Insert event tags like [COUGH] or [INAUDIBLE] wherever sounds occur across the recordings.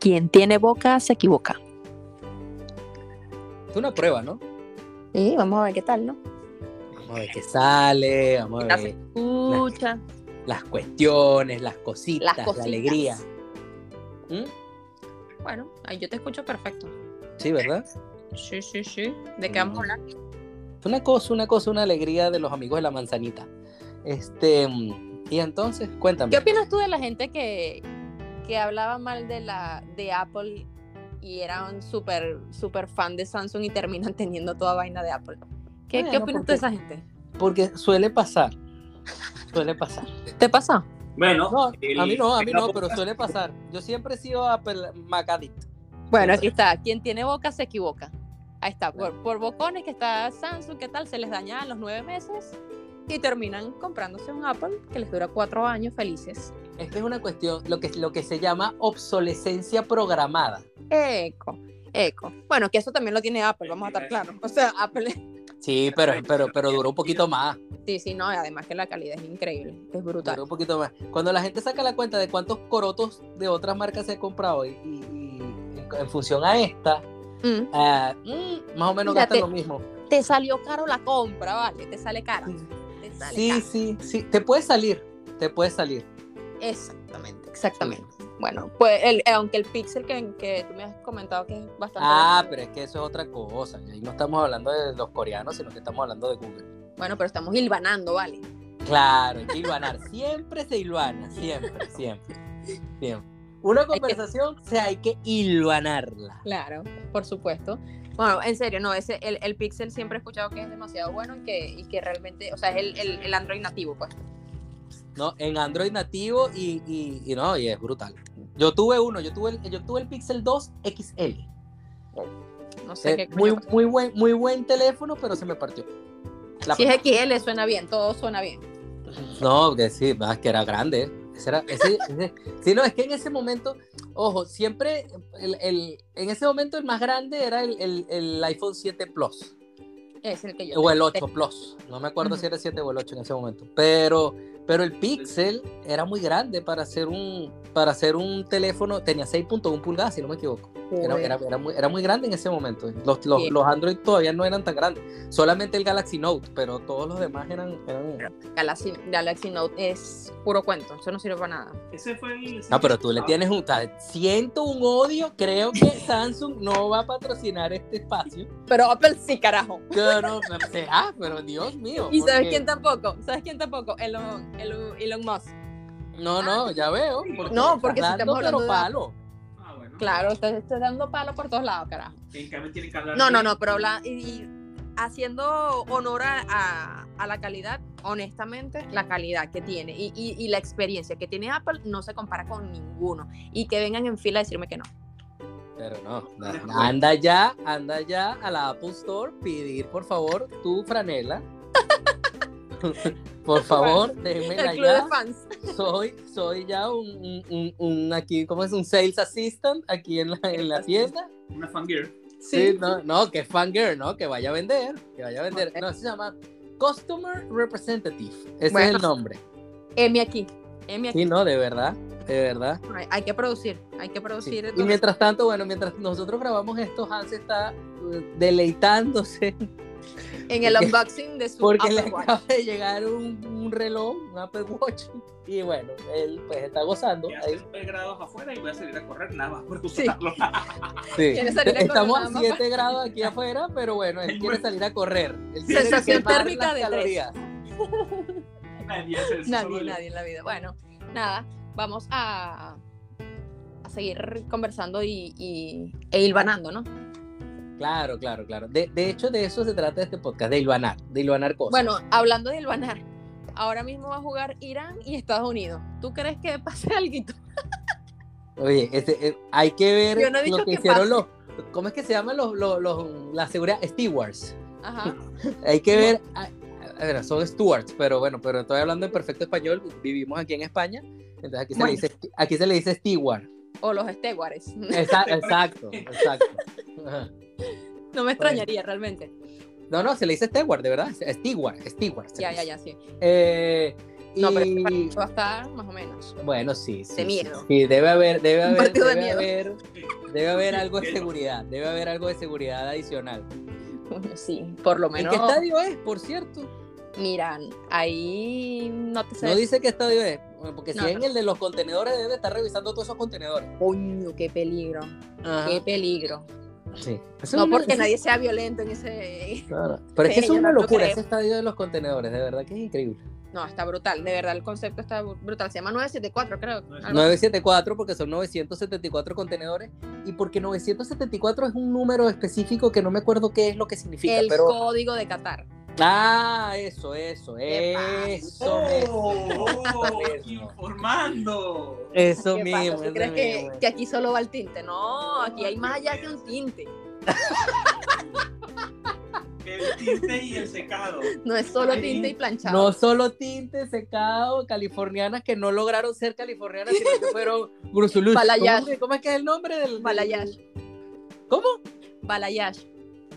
quien tiene boca se equivoca. Es una prueba, ¿no? Y vamos a ver qué tal, ¿no? Vamos a ver qué sale, vamos a Ya se ver escucha. las cuestiones, las cositas, Las cositas. la alegría. ¿Mm? Bueno, ahí yo te escucho perfecto. Sí, ¿verdad? Sí, sí, sí. ¿De qué vamos a hablar? Una cosa, una cosa, una alegría de los amigos de la manzanita. Este, mm, y entonces, cuéntame. ¿Qué opinas tú de la gente que, que hablaba mal de la de Apple y eran súper súper fan de Samsung y terminan teniendo toda vaina de Apple? ¿Qué, Bueno, qué opinas tú porque- de esa gente? Porque suele pasar. Suele pasar. ¿Te pasa? Bueno, No, a mí no, a mí el- no, pero suele pasar. Yo siempre he sido Apple Macadicto. Bueno, aquí está. Quien tiene boca se equivoca. Ahí está. Por, por bocones que está Samsung, ¿qué tal? Se les daña a los nueve meses y terminan comprándose un Apple que les dura cuatro años felices. Es que es una cuestión, lo que, lo que se llama obsolescencia programada. Eco, eco. Bueno, que eso también lo tiene Apple, vamos a estar claros. O sea, Apple. [LAUGHS] Sí, pero, pero, pero duró un poquito más. Sí, sí, no. y Además que la calidad es increíble. Es brutal. Duró un poquito más. Cuando la gente saca la cuenta de cuántos corotos de otras marcas se ha comprado y, y- y en, en función a esta, Mm. ah, mm, más o menos Fíjate. gastan lo mismo. te salió caro la compra, vale, te sale cara. Sí. Te sale Sí, cara. sí, sí. Te puede salir. Te puede salir. Exactamente, exactamente. Bueno, pues el- aunque el Pixel que, que tú me has comentado que es bastante... Ah, grande, pero es que eso es otra cosa. Ahí no estamos hablando de los coreanos, sino que estamos hablando de Google. Bueno, pero estamos hilvanando, vale. Claro, hay [LAUGHS] que hilvanar. Siempre se hilvana, siempre, siempre. siempre. Una conversación, o sea, hay que hilvanarla. Claro, por supuesto. Bueno, en serio, no, ese, el, el Pixel siempre he escuchado que es demasiado bueno y que, y que realmente, o sea, es el, el- el Android nativo, pues. ¿no? En Android Mm. nativo y, y- y no, y es brutal. Yo tuve uno, yo tuve el, yo tuve el Pixel 2 XL. No sé qué... Eh, muy, coño pasa. muy, buen, muy buen teléfono, pero se me partió. La si es XL suena bien, todo suena bien. No, que sí, más que era grande. Ese era, ese- ese- sí, no, es que en ese momento, ojo, siempre, el, el- en ese momento el más grande era el, el- el iPhone 7 Plus Es el que yo... o el tengo. 8 Plus. No me acuerdo Ujú. si era el 7 o el 8 en ese momento. Pero, pero el Pixel era muy grande para hacer un, para hacer un teléfono, tenía 6.1 pulgadas, si no me equivoco. Era, era- era muy, era muy grande en ese momento. Los, los, Sí. los Android todavía no eran tan grandes. Solamente el Galaxy Note, pero todos los demás eran... eran Galaxy, Galaxy Note es puro cuento, eso no sirve para nada. Ese fue el. ese No, pero fue- tú le tienes un... ta- Siento un odio, [LAUGHS] creo que Samsung no va a patrocinar este espacio. Pero Apple sí, carajo. Pero, ah, pero Dios mío. ¿Y sabes porque- quién tampoco? ¿Sabes quién tampoco? Elon, Elon, Elon Musk. No, no, ya veo. No, porque si estás estamos dando, pero hablando palo. Ah, bueno. Claro, te estás dando palo por todos lados, carajo. En cambio, tienen que hablar. No, de- no, no, pero habla- y, y haciendo honor a, a- a la calidad, honestamente, la calidad que tiene y, y- y la experiencia que tiene Apple no se compara con ninguno. Y que vengan en fila a decirme que no. Pero no. no, Anda ya, anda ya a la Apple Store pedir, por favor, tu franela. [LAUGHS] por favor, démela El club de ya. fans. Soy, soy ya un, un, un, un aquí, ¿cómo es? Un sales assistant aquí en la, en la tienda. Una fangirl. Sí, Sí. no, no, que fangirl, ¿no? Que vaya a vender, que vaya a vender. No, eso se llama Customer Representative. Ese es Bueno. el nombre. M aquí. M aquí. Sí, no, de verdad, de verdad. Hay, hay que producir, hay que sí. producir. Y entonces- mientras tanto, bueno, mientras nosotros grabamos esto, Hans está eh, deleitándose en el porque- unboxing de su porque le Apple Watch. acaba de llegar un, un reloj, un Apple Watch. Y bueno, él pues está gozando. Voy a ahí. hacer nueve grados afuera y voy a salir a correr nada más por Oh, Sí. [LAUGHS] usarlo. Sí. Quiere salir a correr Estamos nada a más 7 grados [LAUGHS] aquí afuera, pero bueno, él quiere salir a correr. Él quiere Sensación quemar térmica las de tres. calorías. Nadie hace eso. solo Nadie, yo. nadie en la vida. Bueno, nada, vamos a, a seguir conversando y, y, e hilvanando, ¿no? Claro, claro, claro. De, de hecho, de eso se trata este podcast, de hilvanar, de hilvanar cosas. Bueno, hablando de hilvanar, ahora mismo va a jugar Irán y Estados Unidos. ¿Tú crees que pase [LAUGHS] algo? Oye, este, eh, hay que ver Yo no he dicho lo que, que hicieron pase. los... ¿Cómo es que se llaman los, los, los- la seguridad? Stewards. Ajá. ah, Hay que ver... a- a ver, son stewards, pero bueno, pero estoy hablando en perfecto español, vivimos aquí en España, entonces aquí se Bueno. le dice, aquí se le dice steward. O los [LAUGHS] esteguares. Esa- exacto, exacto. Ajá. No me extrañaría realmente. No, no, se le dice Stewart, de verdad. Stewart, Stewart. se Ya, le ya, dice. ya, sí. Eh, No, pero y- este partido va a estar más o menos. Bueno, sí, sí. De sí, miedo. Sí, debe haber, debe Un haber, partido de debe miedo. haber, debe haber Sí, algo de miedo. seguridad, debe haber algo de seguridad adicional. Bueno, Sí, por lo ¿En menos. qué estadio es, por cierto? Mira, ahí no te sé. No dice qué estadio es, porque si No, es en no. el de los contenedores debe estar revisando todos esos contenedores. Coño, qué peligro. Ajá. Qué peligro. Sí. Eso es Ah. No una- porque eso- nadie sea violento en ese. Claro. Pero es que Sí, eso es yo una no lo locura, creo. ese estadio de los contenedores, de verdad que es increíble. No, está brutal. De verdad, el concepto está br- brutal. Se llama 974, creo. algo 974 porque son 974 contenedores y porque 974 es un número específico que no me acuerdo qué es lo que significa, el pero código de Qatar. ah, eso, eso, Qué padre. eso. mismo. ¡Oh! oh, Eso. informando. Eso ¿Qué pasa? mismo. ¿Tú eso crees que, mismo. que aquí solo va el tinte? No, aquí hay más allá que un tinte. El tinte y el secado. No es solo Ahí tinte y planchado. No solo tinte, secado, californianas que no lograron ser californianas, sino que fueron grusulus. Balayage. ¿Cómo, que- cómo es que es el nombre del? del- Balayage. ¿Cómo? Balayage.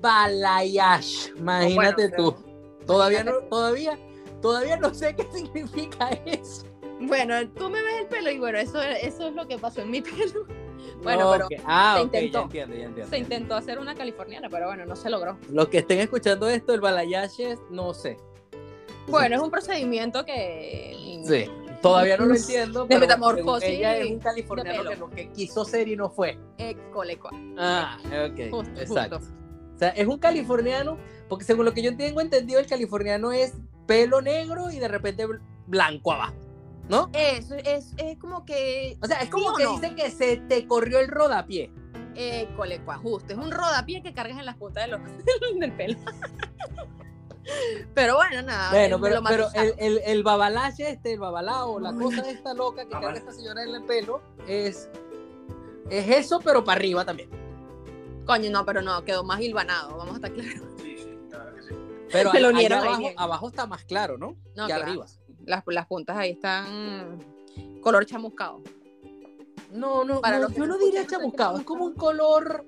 Balayash. Imagínate Bueno, tú. pero- Todavía no, imagínate. todavía, todavía no sé [LAUGHS] qué significa eso. Bueno, tú me ves el pelo y bueno, eso, eso es lo que pasó en mi [LAUGHS] pelo. Bueno, No, pero ok. ah, se ok, intentó. ya entiendo, ya entiendo. Se intentó hacer una californiana, pero bueno, no se logró. Los que estén escuchando esto, el balayash es, no sé. Bueno, es un procedimiento que... Sí. Todavía [LAUGHS] no lo De entiendo. Pero metamorfosis según Ella es un californiano pelo. que, lo que quiso ser y no fue. Ecolecua. Ah, ok. Justo, exacto. justo. O sea, es un californiano, porque según lo que yo tengo entendido, el californiano es pelo negro y de repente bl- blanco abajo, ¿no? Eso es, es como que... O sea, es como ¿Sí o que no? dicen que se te corrió el rodapié. Ecolecua, justo. Es un rodapié que cargas en las puntas de los- [LAUGHS] del pelo. pero bueno, nada. Bueno, me pero, lo pero matizaron. el, el, el babalache este, el babalao, la cosa esta loca que carga Babala. esta señora en el pelo, es, es eso, pero para arriba también. Coño, no, pero no, quedó más hilvanado, vamos a estar claros. Sí, sí, la verdad que sí. [LAUGHS] Pero Se lo ahí- ahí unieron ahí abajo, bien. abajo está más claro, ¿no? No, que claro. arriba. Las, las puntas ahí están color chamuscado. No, no, Para no, los que yo no no diría escuchan, no sé qué chamuscado, es es como un color,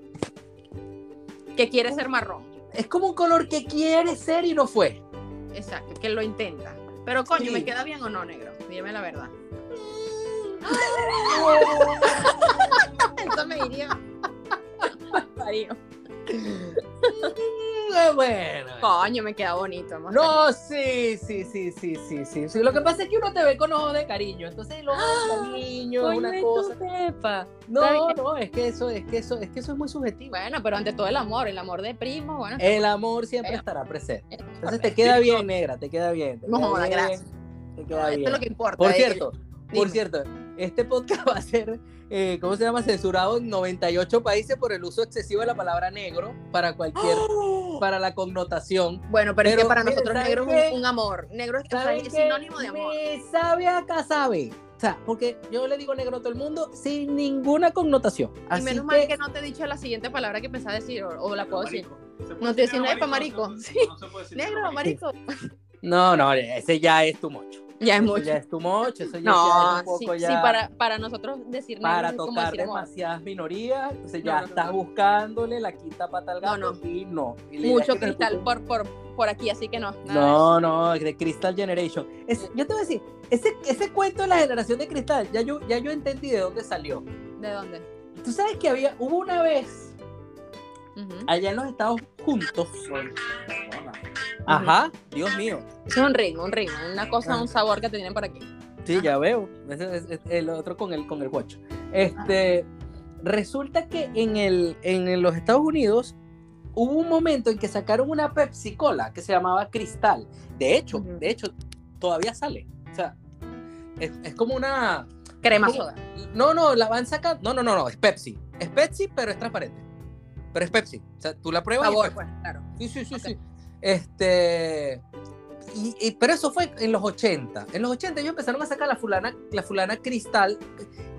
Que quiere ser marrón. es como un color que quiere ser y no fue. [LAUGHS] Exacto, que lo intenta. Pero coño, Sí. ¿me queda bien o no, negro? Dime la verdad. [LAUGHS] Ah, Eso me diría. Parió. Eh, Bueno. coño, me queda bonito. vamos a estar- No, sí, sí, sí, sí, sí, sí, sí. Lo que pasa es que uno te ve con ojos de cariño, entonces los ojos de cariño es Ah, Coño, una es tu cosa. pepa. Está No, bien. no, es que eso, es que eso, es que eso es muy subjetivo. Bueno, pero ante todo el amor, el amor de primo, bueno. El amor siempre Bueno. estará presente. Entonces te queda bien, negra, te queda bien. Te No, queda joda, bien, gracias. Te queda Esto es bien. lo que importa. Por eh, cierto, por dime. cierto, este podcast [LAUGHS] va a ser, eh, ¿cómo se llama? Censurado en 98 países por el uso excesivo de la palabra negro para cualquier, ¡Oh! para la connotación. Bueno, pero, es Pero, que para mire, nosotros ¿saben negro qué? es un, un amor. Negro es, o sea, ¿Saben es qué? sinónimo de amor. Me sabe a casabe. O sea, porque yo le digo negro a todo el mundo sin ninguna connotación. y Así menos mal que no te he dicho la siguiente palabra que pensaba decir, o, o la puedo decir. ¿Se puede No te decía, negro, "Epa, marico". No se- Sí. no se puede decir Negro, marico. No, no, ese ya es tu mocho. Ya es Ese mucho. Ya es tu mocho, eso ya, ya No, es un sí, poco ya sí, para, para nosotros decir negro para es como tocar decir amor. demasiadas minorías. Entonces No, ya no, no, estás no. buscándole la quinta pata al gato No, y no. Y la idea es Mucho que nos cristal escuchen. por, por, por aquí, así que no. nada No, no, de Crystal Generation. Es- yo te voy a decir, ese, ese cuento de la generación de cristal, ya yo, ya yo entendí de dónde salió. de- ¿De dónde? Tú sabes que había, hubo una vez Ujú. allá en los Estados juntos. Bueno, Ajá, Dios mío. Eso es un ritmo, un ritmo, una cosa, un sabor que te tienen por aquí. Sí, ya veo. Ese es- es el otro con el con el guacho. Este resulta que en el en los Estados Unidos hubo un momento en que sacaron una Pepsi Cola que se llamaba Cristal. De hecho, Ujú. de hecho todavía sale. O sea, es, es como una Crema ¿Cómo? soda. No, no, la van sacando. No, no, no, no, es Pepsi. Es Pepsi, pero es transparente. Pero es Pepsi. O sea, tú la pruebas y es Sabor, Pepsi. pues, claro. Sí, sí, sí, Ok. sí. Este. y- y- pero eso fue en los 80. En los 80 ellos empezaron a sacar la fulana, la fulana cristal.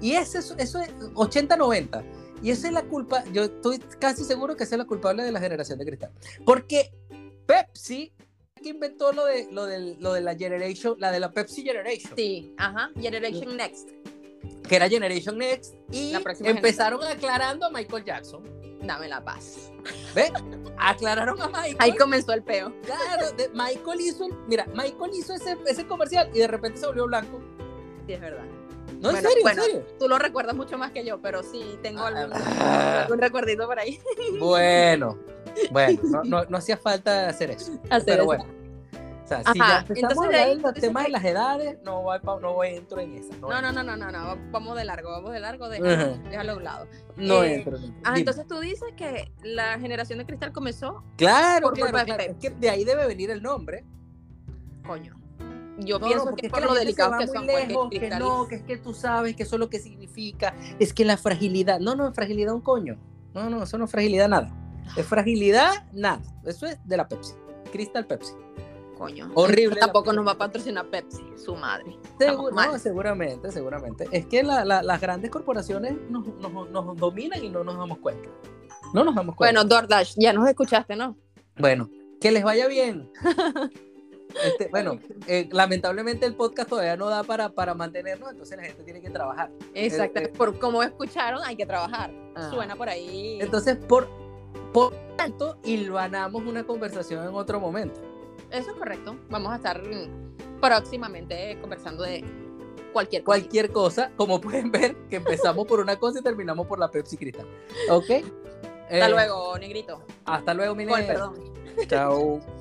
Y ese, es- eso es 80-90. Y esa es la culpa. Yo estoy casi seguro que esa es la culpable de la generación de cristal. Porque Pepsi que inventó lo de, lo del- lo de la Generation, la de la Pepsi Generation, Sí, ajá. Generation Next. que era Generation Next, y La próxima empezaron aclarando a Michael Jackson. dame la paz. ¿Ve? Aclararon a Michael. Ahí comenzó el peo. Claro, de- Michael hizo, el- mira, Michael hizo ese, ese comercial y de repente se volvió blanco. Sí, es verdad. No, en Bueno, serio, bueno. en serio. Tú lo recuerdas mucho más que yo, pero sí, tengo algún, Ah, algún recuerdito por ahí. [LAUGHS] bueno, bueno, no, no- no hacía falta hacer eso. [LAUGHS] Hacer pero eso. bueno. O sea, si Ajá, ya empezamos entonces a de hablar ahí- de los entonces temas de de las edades, no, voy pa- no voy- entro en esa. No, No, no, no, no, no, no. Vamos de largo, vamos de largo, déjalo, Ajá. déjalo a un lado. no eh, entro. Ah, Dime. entonces tú dices que la generación de cristal comenzó, claro, por claro, culpa de claro. Pepe. Es que de ahí debe venir el nombre. coño. Yo No, no, pienso porque que es por la lo gente se delicados va que muy son, pues, lejos, porque que cristal no, que es que tú sabes que eso es lo que significa, es que la fragilidad, no, no, fragilidad un coño, no, no, eso no es fragilidad nada, es fragilidad nada, eso es de la Pepsi, Crystal Pepsi, coño. Horrible la Tampoco nos va a película. patrocinar Pepsi, su madre. Segu- Estamos mal. no, seguramente, seguramente, es que la- la- las grandes corporaciones nos, nos- nos dominan y no nos damos cuenta, no nos damos cuenta. Bueno, DoorDash, ya nos escuchaste, ¿no? Bueno, que les [LAUGHS] vaya bien. Este, bueno, eh, lamentablemente el podcast todavía no da para, para mantenernos, entonces la gente tiene que trabajar. Exacto. eh. Por como escucharon, hay que trabajar. Ah. Suena por ahí. Entonces, por, por tanto, hilvanamos una conversación en otro momento. Eso es correcto. Vamos a estar mm, próximamente conversando de cualquier cosa. Cualquier cosa, como pueden ver, que empezamos por una cosa y terminamos por la Pepsi Cristal. ¿Ok? Hasta Eh, luego, negrito. Hasta luego, mi Gol, nene. perdón. Chao.